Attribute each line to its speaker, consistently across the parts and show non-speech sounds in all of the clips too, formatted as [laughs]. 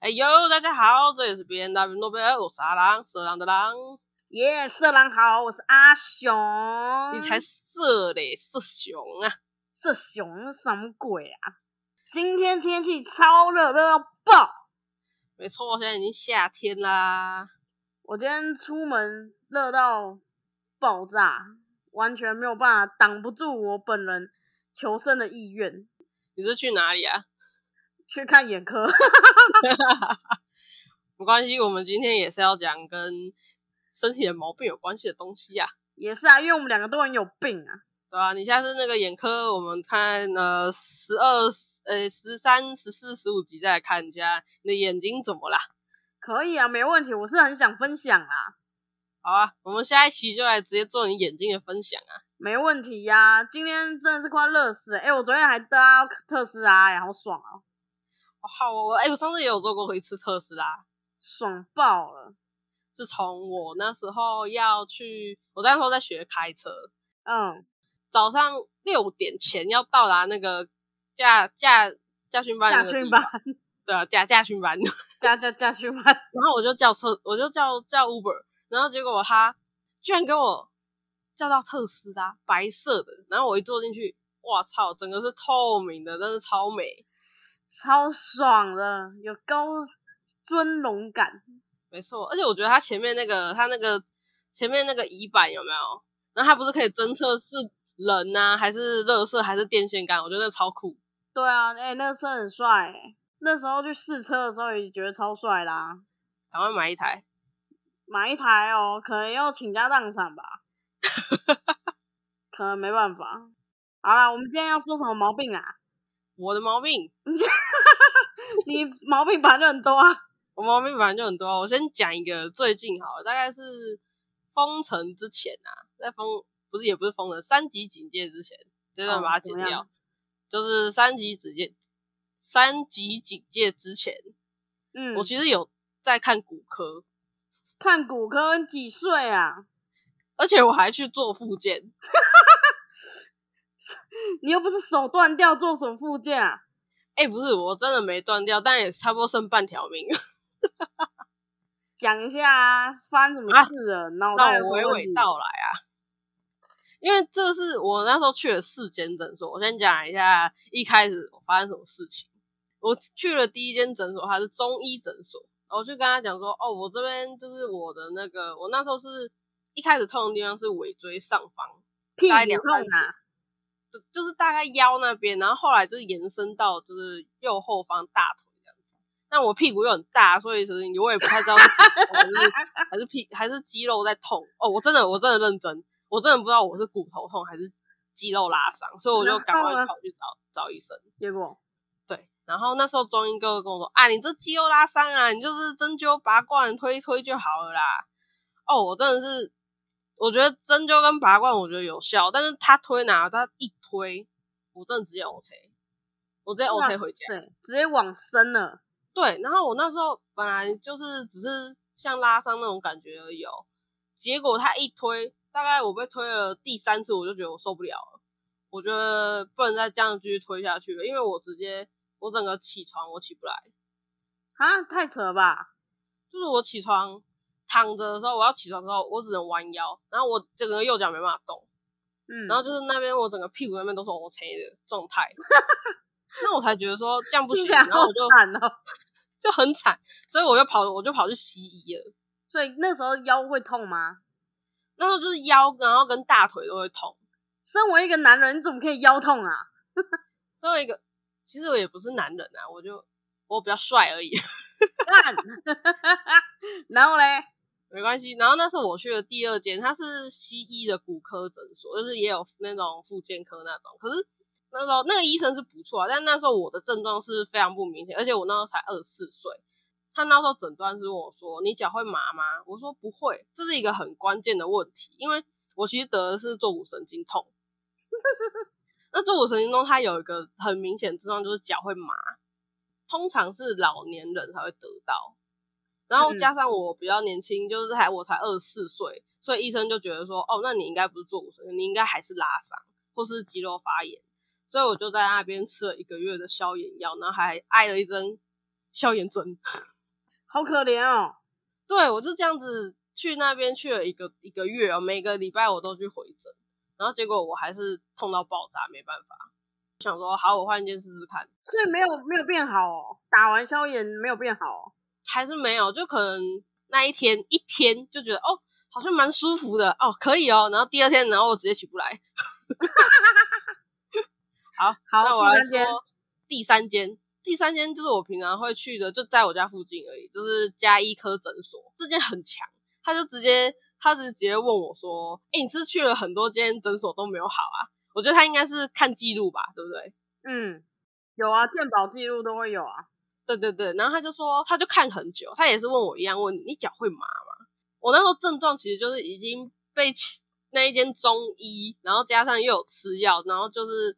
Speaker 1: 哎呦，大家好，这里是 B N W 诺贝尔，我是阿郎，色狼的狼，
Speaker 2: 耶、色狼好，我是阿雄。
Speaker 1: 你才色嘞，色熊啊！
Speaker 2: 这熊什么鬼啊？今天天气超热，热到爆！
Speaker 1: 没错，现在已经夏天啦，
Speaker 2: 我今天出门热到爆炸，完全没有办法挡不住我本人求生的意愿，
Speaker 1: 你是去哪里啊？
Speaker 2: 去看眼科。 [laughs]
Speaker 1: 没关系，我们今天也是要讲跟身体的毛病有关系的东西啊，
Speaker 2: 也是啊，因为我们两个都很有病啊。
Speaker 1: 对吧、你下次那个眼科，我们看呃十二、呃十三、十四、十五集再来看一下你的眼睛怎么啦。
Speaker 2: 可以啊，没问题，我是很想分享啊，
Speaker 1: 好啊，我们下一期就来直接做你眼睛的分享啊。
Speaker 2: 没问题呀、今天真的是快热死了，哎、我昨天还搭特斯拉、哎，好爽哦、
Speaker 1: 哦好哦，哎、我上次也有做过一次特斯拉，
Speaker 2: 爽爆了。
Speaker 1: 是从我那时候要去，我那时候在学开车，
Speaker 2: 嗯，
Speaker 1: 早上六点前要到达那个驾驾驾训班的那
Speaker 2: 驾
Speaker 1: 个
Speaker 2: 训
Speaker 1: 地
Speaker 2: 班
Speaker 1: 方，，对啊，驾驾训班。 [laughs]
Speaker 2: 驾驾驾训班，
Speaker 1: 然后我就叫车，我就叫叫 Uber，然后结果他居然给我叫到特斯拉白色的，然后我一坐进去，哇操，整个是透明的，真是超美。
Speaker 2: 超爽的，有高尊荣感。
Speaker 1: 没错，而且我觉得它前面那个，它那个前面那个仪板有没有？然后它不是可以侦测是人呐、还是垃圾，还是电线杆？我觉得那超酷。
Speaker 2: 对啊，哎、那个车很帅、欸，那时候去试车的时候也觉得超帅啦。
Speaker 1: 赶快买一台，
Speaker 2: 买一台哦，可能要倾家荡
Speaker 1: [laughs]
Speaker 2: 产吧，可能没办法。好啦，我们今天要说什么毛病啊？
Speaker 1: 我的毛病， [laughs]
Speaker 2: 你毛病反正很多啊。
Speaker 1: 我毛病本来就很多。我先讲一个最近好了，大概是封城之前啊，在封不是也不是封城，三级警戒之前，这段
Speaker 2: 哦
Speaker 1: 把它
Speaker 2: 怎
Speaker 1: 剪
Speaker 2: 么
Speaker 1: 掉，
Speaker 2: 样
Speaker 1: 就是三级警戒，三级警戒之前，
Speaker 2: 嗯
Speaker 1: 我，其实有在看骨科，
Speaker 2: 看骨科你几岁啊？
Speaker 1: 而且我还去做复健。
Speaker 2: 你又不是手断掉做什么附件啊？
Speaker 1: 哎、不是，我真的没断掉，但也差不多剩半条命。
Speaker 2: 讲一下啊，发生什么
Speaker 1: 啊
Speaker 2: 事了？脑
Speaker 1: 让我
Speaker 2: 袋有什么
Speaker 1: 娓
Speaker 2: 问
Speaker 1: 娓
Speaker 2: 题？
Speaker 1: 道来啊。因为这是我那时候去了四间诊所，我先讲一下一开始我发生什么事情。我去了第一间诊所，它是中医诊所，然后我就跟他讲说，哦，我这边就是我的那个，我那时候是一开始痛的地方是尾椎上方，
Speaker 2: 屁
Speaker 1: 大概
Speaker 2: 股
Speaker 1: 两
Speaker 2: 痛
Speaker 1: 三
Speaker 2: 啊！
Speaker 1: 就就是大概腰那边，然后后来就是延伸到就是右后方大腿这样子。但我屁股又很大，所以其实我也不太知道是骨头还是还是屁还是肌肉在痛。哦，我真的我真的认真，我真的不知道我是骨头痛还是肌肉拉伤，所以我就
Speaker 2: 然后
Speaker 1: 赶快
Speaker 2: 呢
Speaker 1: 跑去找找医生。
Speaker 2: 结果
Speaker 1: 对，然后那时候中医哥跟我说啊，你这肌肉拉伤啊，你就是针灸拔罐推一推就好了啦。哦，我真的是，我觉得针灸跟拔罐我觉得有效，但是他推哪他一推，我真的直接 OK，我直接 OK 回家。
Speaker 2: 对，直接往生了。
Speaker 1: 对，然后我那时候本来就是只是像拉伤那种感觉而已哦，结果他一推，大概我被推了第三次，我就觉得我受不了了，我觉得不能再这样继续推下去了，因为我直接我整个起床我起不来，
Speaker 2: 啊，太扯了吧！
Speaker 1: 就是我起床躺着的时候，我要起床的时候，我只能弯腰，然后我整个右脚没办法动，
Speaker 2: 嗯，
Speaker 1: 然后就是那边我整个屁股那边都是 O K 的状态， [laughs] 那我才觉得说这样不行，
Speaker 2: 听起来
Speaker 1: 然后
Speaker 2: 好
Speaker 1: 我就
Speaker 2: 惨哦。
Speaker 1: 就很惨，所以我就跑我就跑去西医了。
Speaker 2: 所以那时候腰会痛吗？
Speaker 1: 那时候就是腰，然后跟大腿都会痛。
Speaker 2: 身为一个男人，你怎么可以腰痛啊？ [laughs]
Speaker 1: 最后一个，其实我也不是男人啊，我就我比较帅而已，
Speaker 2: 干， [laughs] 然后嘞，
Speaker 1: 没关系。然后那是我去的第二间，它是西医的骨科诊所，就是也有那种复健科那种。可是那时候那个医生是不错啊，但那时候我的症状是非常不明显，而且我那时候才二十四岁。他那时候诊断是问我说：“你脚会麻吗？”我说：“不会。”这是一个很关键的问题，因为我其实得的是坐骨神经痛。 [laughs] 那坐骨神经痛它有一个很明显的症状，就是脚会麻，通常是老年人才会得到。然后
Speaker 2: 嗯
Speaker 1: 加上我比较年轻，就是还我才二十四岁，所以医生就觉得说：“哦，那你应该不是坐骨神经，你应该还是拉伤或是肌肉发炎。”所以我就在那边吃了一个月的消炎药，然后还挨了一针消炎针。
Speaker 2: 好可怜哦。
Speaker 1: 对我就这样子去那边去了一个一个月哦，每个礼拜我都去回诊，然后结果我还是痛到爆炸，没办法，想说好我换一件试试看，
Speaker 2: 所以没有没有变好哦，打完消炎没有变好哦。
Speaker 1: 还是没有，就可能那一天一天就觉得哦好像蛮舒服的哦可以哦，然后第二天然后我直接起不来。好，
Speaker 2: 好
Speaker 1: 那我来
Speaker 2: 第三间
Speaker 1: 说第三间，第三间就是我平常会去的，就在我家附近而已，就是加医科诊所。这间很强，他就直接他就直接问我说：“哎、你是去了很多间诊所都没有好啊？”我觉得他应该是看记录吧，对不对？
Speaker 2: 嗯，有啊，健保记录都会有啊。
Speaker 1: 对对对，然后他就说，他就看很久，他也是问我一样问题，你脚会麻吗？我那时候症状其实就是已经被其那一间中医，然后加上又有吃药，然后就是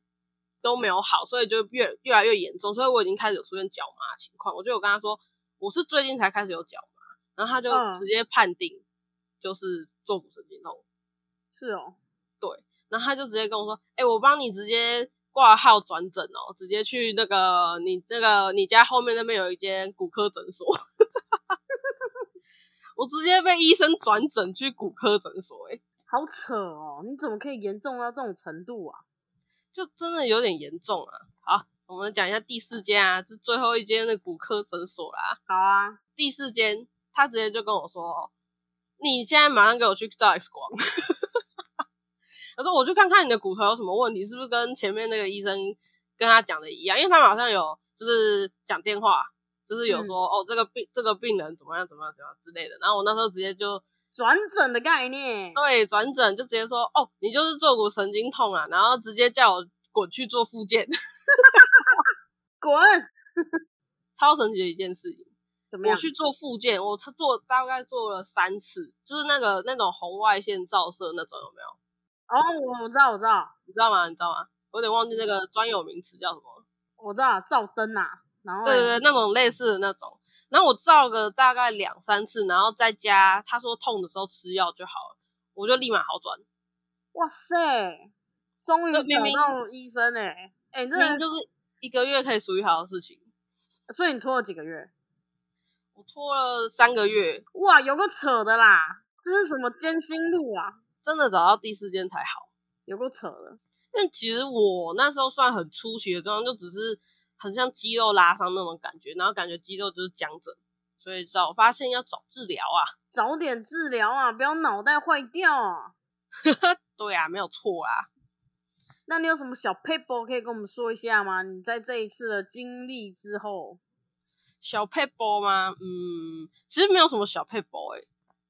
Speaker 1: 都没有好，所以就越越来越严重，所以我已经开始有出现脚麻的情况。我就有跟他说，我是最近才开始有脚麻，然后他就
Speaker 2: 嗯
Speaker 1: 直接判定、就是坐骨神经痛。
Speaker 2: 是哦，
Speaker 1: 然后他就直接跟我说：“哎、我帮你直接挂号转诊哦，直接去那个你那个你家后面那边有一间骨科诊所。” [laughs] 我直接被医生转诊去骨科诊所、欸，
Speaker 2: 好扯哦，你怎么可以严重到这种程度啊？
Speaker 1: 就真的有点严重啊。好，我们讲一下第四间啊，这最后一间的骨科诊所啦。
Speaker 2: 好啊，
Speaker 1: 第四间，他直接就跟我说：“你现在马上给我去照 X 光。” [laughs] 他说：“我去看看你的骨头有什么问题，是不是跟前面那个医生跟他讲的一样？因为他马上有就是讲电话，就是有说、哦这个病这个病人怎么样怎么样怎么样之类的。”然后我那时候直接就
Speaker 2: 转诊的概念。
Speaker 1: 对转诊就直接说：“哦，你就是坐骨神经痛啊！”然后直接叫我滚去做复健， [laughs]
Speaker 2: 滚！
Speaker 1: 超神奇的一件事情。
Speaker 2: 怎么
Speaker 1: 我
Speaker 2: 样？
Speaker 1: 去做复健，我是做大概做了三次，就是那个那种红外线照射那种，有没有？
Speaker 2: 哦，我知道，我知道，
Speaker 1: 你知道吗？你知道吗？我有点忘记那个专有名词叫什么了。
Speaker 2: 我知道，照灯啊。然后
Speaker 1: 对对对，
Speaker 2: 嘞，
Speaker 1: 那种类似的那种。然后我照个大概两三次，然后在家他说痛的时候吃药就好了，我就立马好转。
Speaker 2: 哇塞，终于
Speaker 1: 那明明
Speaker 2: 找到医生哎、欸！哎、
Speaker 1: 明
Speaker 2: 你真的
Speaker 1: 明就是一个月可以处理好的事情，
Speaker 2: 所以你拖了几个月？
Speaker 1: 我拖了三个月，
Speaker 2: 哇，有个扯的啦！这是什么艰辛路啊？
Speaker 1: 真的找到第四间才好。
Speaker 2: 有个扯的，
Speaker 1: 但其实我那时候算很初期的状况，就只是很像肌肉拉伤那种感觉，然后感觉肌肉就是僵着，所以早发现要早治疗啊。
Speaker 2: 早点治疗啊，不要脑袋坏掉啊！
Speaker 1: 对啊，没有错啊。
Speaker 2: 那你有什么小 paper 可以跟我们说一下吗？你在这一次的经历之后，
Speaker 1: 小配波吗？嗯，其实没有什么小配波诶、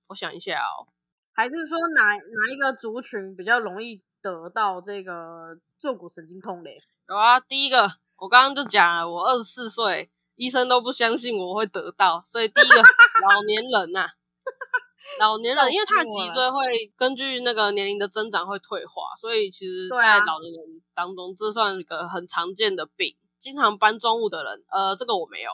Speaker 1: 我想一下哦，
Speaker 2: 还是说哪哪一个族群比较容易得到这个坐骨神经痛嘞？
Speaker 1: 有啊，第一个我刚刚就讲了，我二十四岁，医生都不相信我会得到，所以第一
Speaker 2: [laughs]
Speaker 1: 个老年人呐、老年人，因为他的脊
Speaker 2: 哦
Speaker 1: 椎会根据那个年龄的增长会退化，所以其实，
Speaker 2: 对啊
Speaker 1: 在老年人当中，这算一个很常见的病。经常搬重物的人，呃，这个我没有，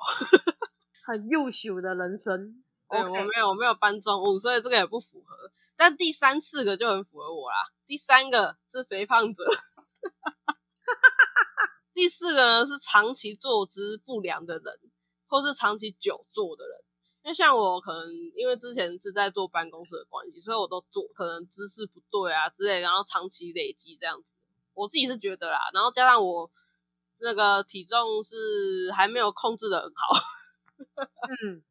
Speaker 2: 很优秀的人生。
Speaker 1: 对
Speaker 2: OK
Speaker 1: 我没有，我没有搬重物，所以这个也不符合。但第三四个就很符合我啦。第三个是肥胖者， [laughs] 第四个呢是长期坐姿不良的人，或是长期久坐的人。因为像我可能因为之前是在坐办公室的关系，所以我都坐可能姿势不对啊之类，然后长期累积这样子。我自己是觉得啦，然后加上我那个体重是还没有控制的很好， [laughs]
Speaker 2: 嗯，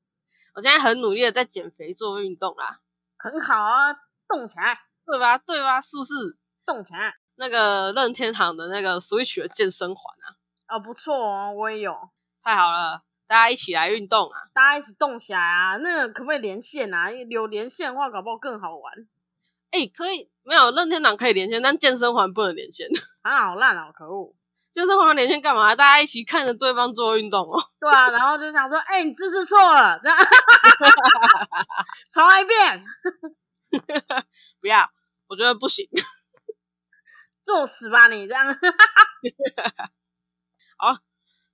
Speaker 1: 我现在很努力的在减肥做运动啦，
Speaker 2: 很好啊，动起来，
Speaker 1: 对吧？对吧？是不是？
Speaker 2: 动起来。
Speaker 1: 那个任天堂的那个 Switch 的健身环啊，
Speaker 2: 哦，不错哦，我也有，
Speaker 1: 太好了，大家一起来运动啊！
Speaker 2: 大家一起动起来啊！那个可不可以连线啊？有连线的话，搞不好更好玩。
Speaker 1: 哎，可以没有任天堂可以连线，但健身环不能连线。 [laughs]
Speaker 2: 啊，好烂啊，可恶！
Speaker 1: 健身环连线干嘛？大家一起看着对方做运动哦。
Speaker 2: 对啊， [laughs] 然后就想说，哎、你姿势错了， [laughs] 这样重来一遍，
Speaker 1: 不要，我觉得不行。
Speaker 2: 作死吧你这样。 [laughs]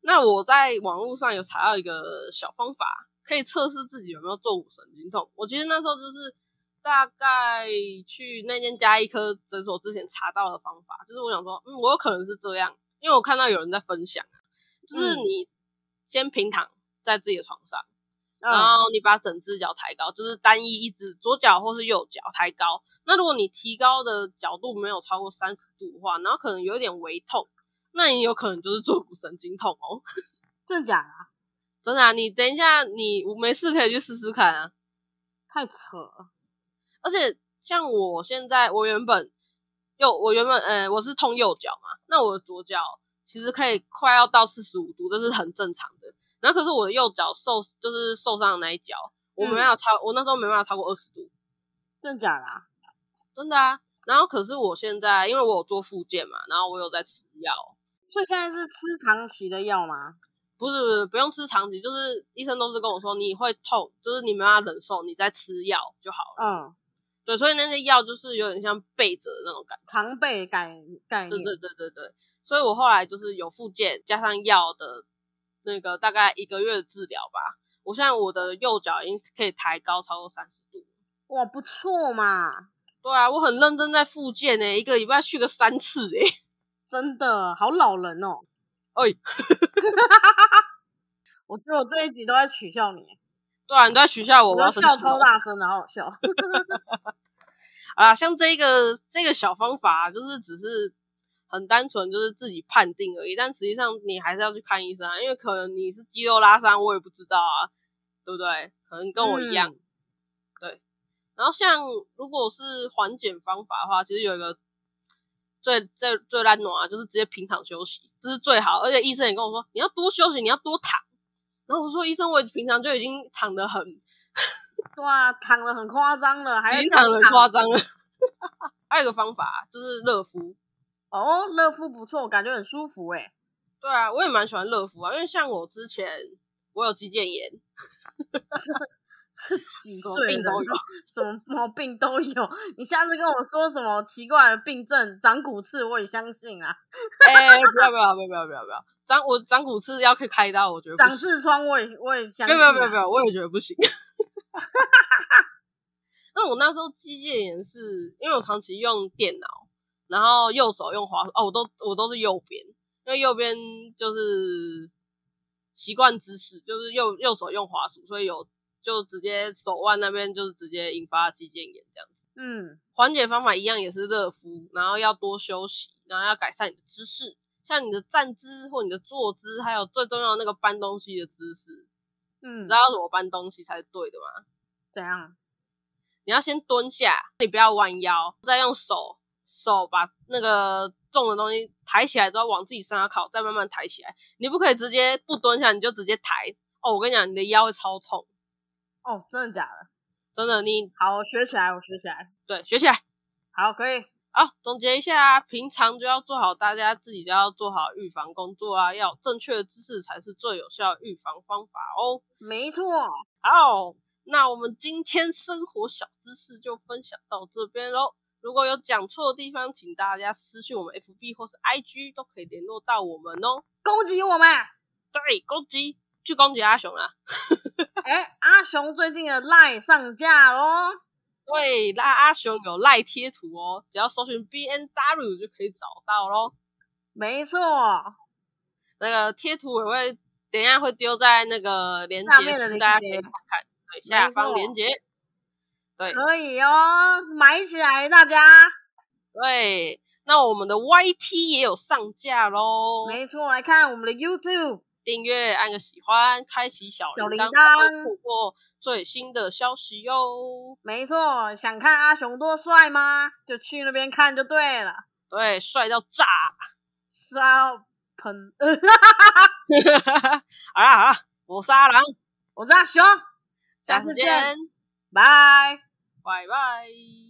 Speaker 1: 那我在网络上有查到一个小方法，可以测试自己有没有坐骨神经痛。我其实那时候就是大概去那间加医科诊所之前查到的方法，就是我想说，嗯，我有可能是这样，因为我看到有人在分享，就是
Speaker 2: 嗯
Speaker 1: 你先平躺在自己的床上，
Speaker 2: 嗯
Speaker 1: 然后你把整只脚抬高，就是单一一只左脚或是右脚抬高。那如果你提高的角度没有超过三十度的话，然后可能有一点微痛，那你有可能就是坐骨神经痛哦。
Speaker 2: 真的假的啊？
Speaker 1: 真的、啊，你等一下，你我没事可以去试试看啊。
Speaker 2: 太扯了，
Speaker 1: 而且像我现在，我原本右，我原本呃我是痛右脚嘛，那我的左脚其实可以快要到四十五度，这是很正常的。然后可是我的右脚受就是受伤的那一脚，我没办法超，我那时候没办法超过二十度，
Speaker 2: 真的假的啊？
Speaker 1: 真的啊。然后可是我现在因为我有做复健嘛，然后我有在吃药，
Speaker 2: 所以现在是吃长期的药吗？
Speaker 1: 不是不是不用吃长期，就是医生都是跟我说你会痛，就是你没办法忍受，你再吃药就好了。
Speaker 2: 嗯，
Speaker 1: 对，所以那些药就是有点像备着的那种感觉。
Speaker 2: 常备概概
Speaker 1: 对
Speaker 2: 念，
Speaker 1: 对对对对，所以我后来就是有复健加上药的那个大概一个月的治疗吧。我现在我的右脚已经可以抬高超过三十度。
Speaker 2: 哇，不错嘛，
Speaker 1: 对啊，我很认真在复健呢、一个礼拜去个三次欸诶、
Speaker 2: 真的好老人哦。
Speaker 1: 哎，
Speaker 2: [laughs] 我觉得我这一集都在取笑你，
Speaker 1: 对啊，你都在取笑我，我
Speaker 2: 我
Speaker 1: 要
Speaker 2: 笑
Speaker 1: 生气
Speaker 2: 超
Speaker 1: 了。
Speaker 2: 大声的，好好笑。 [laughs]
Speaker 1: 啊，像这个这个小方法、啊就是只是很单纯，就是自己判定而已。但实际上你还是要去看医生啊，因为可能你是肌肉拉伤，我也不知道啊，对不对？可能跟我一样。
Speaker 2: 嗯
Speaker 1: 然后像如果是缓解方法的话，其实有一个最最最烂暖啊，就是直接平躺休息，这是最好。而且医生也跟我说，你要多休息，你要多躺。然后我说，医生，我平常就已经躺得很，已
Speaker 2: 对啊，躺的很夸张了，还
Speaker 1: 经
Speaker 2: 要
Speaker 1: 躺得很夸张啊了。 [laughs] 还有一个方法就是热敷，
Speaker 2: 哦，热敷不错，感觉很舒服哎。
Speaker 1: 对啊，我也蛮喜欢热敷啊，因为像我之前我有肌腱 [laughs] 炎，
Speaker 2: 是几
Speaker 1: 什么
Speaker 2: 岁
Speaker 1: 病
Speaker 2: 了
Speaker 1: 都有，
Speaker 2: [laughs] 什么毛病都有。你下次跟我说什么奇怪的病症，长骨刺我也相信啊，
Speaker 1: 哎、不要不要不要不要不要不要，长我长骨刺要去开刀，我觉得不
Speaker 2: 长
Speaker 1: 行
Speaker 2: 痔疮我也我也相
Speaker 1: 没
Speaker 2: 信、
Speaker 1: 有
Speaker 2: 啊。
Speaker 1: 没有没有没有，我也觉得不行。 [laughs] 那我那时候肌腱炎是因为我长期用电脑，然后右手用滑鼠哦，我都我都是右边，因为右边就是习惯姿势，就是右右手用滑鼠，所以有就直接手腕那边就是直接引发肌腱炎这样子。
Speaker 2: 嗯，
Speaker 1: 缓解方法一样也是热敷，然后要多休息，然后要改善你的姿势，像你的站姿或你的坐姿，还有最重要的那个搬东西的姿势，
Speaker 2: 嗯
Speaker 1: 你知道要怎么搬东西才是对的吗？
Speaker 2: 怎样？
Speaker 1: 你要先蹲下，你不要弯腰，再用手手把那个重的东西抬起来之后往自己身上靠，再慢慢抬起来。你不可以直接不蹲下你就直接抬哦，我跟你讲，你的腰会超痛，
Speaker 2: 哦，真的假的？
Speaker 1: 真的。你
Speaker 2: 好，我学起来，我学起来。
Speaker 1: 对学起来。
Speaker 2: 好，可以。
Speaker 1: 好，总结一下，啊平常就要做好，大家自己就要做好预防工作啊，要有正确的知识才是最有效的预防方法哦。
Speaker 2: 没错，
Speaker 1: 好，那我们今天生活小知识就分享到这边喽。如果有讲错的地方，请大家私信我们 FB 或是 IG 都可以联络到我们哦。
Speaker 2: 攻击我们！
Speaker 1: 对，攻击去攻击阿雄啦。
Speaker 2: 哎、阿雄最近的赖上架喽，
Speaker 1: 对，那阿雄有赖贴图哦，只要搜寻 B N W 就可以找到喽。
Speaker 2: 没错，
Speaker 1: 那个贴图我会等一下会丢在那个连
Speaker 2: 下
Speaker 1: 接
Speaker 2: 面的
Speaker 1: 处，
Speaker 2: 链
Speaker 1: 大家可以
Speaker 2: 接
Speaker 1: 看看。对，下
Speaker 2: 没
Speaker 1: 方
Speaker 2: 错
Speaker 1: 连接。对，
Speaker 2: 可以哦，买起来大家。
Speaker 1: 对，那我们的 YT 也有上架喽。
Speaker 2: 没错，来看我们的 YouTube，
Speaker 1: 订阅、按个喜欢、开启小
Speaker 2: 小
Speaker 1: 铃
Speaker 2: 铃
Speaker 1: 铛，才会
Speaker 2: 铛
Speaker 1: 错过最新的消息哟。
Speaker 2: 没错，想看阿雄多帅吗？就去那边看就对了，
Speaker 1: 对，帅到炸！ [laughs]
Speaker 2: 帅到喷！
Speaker 1: 好啦好啦，我是阿郎，
Speaker 2: [laughs] 我是阿雄，
Speaker 1: 下
Speaker 2: 下
Speaker 1: 次
Speaker 2: 次
Speaker 1: 见，
Speaker 2: 见，拜。
Speaker 1: 拜拜。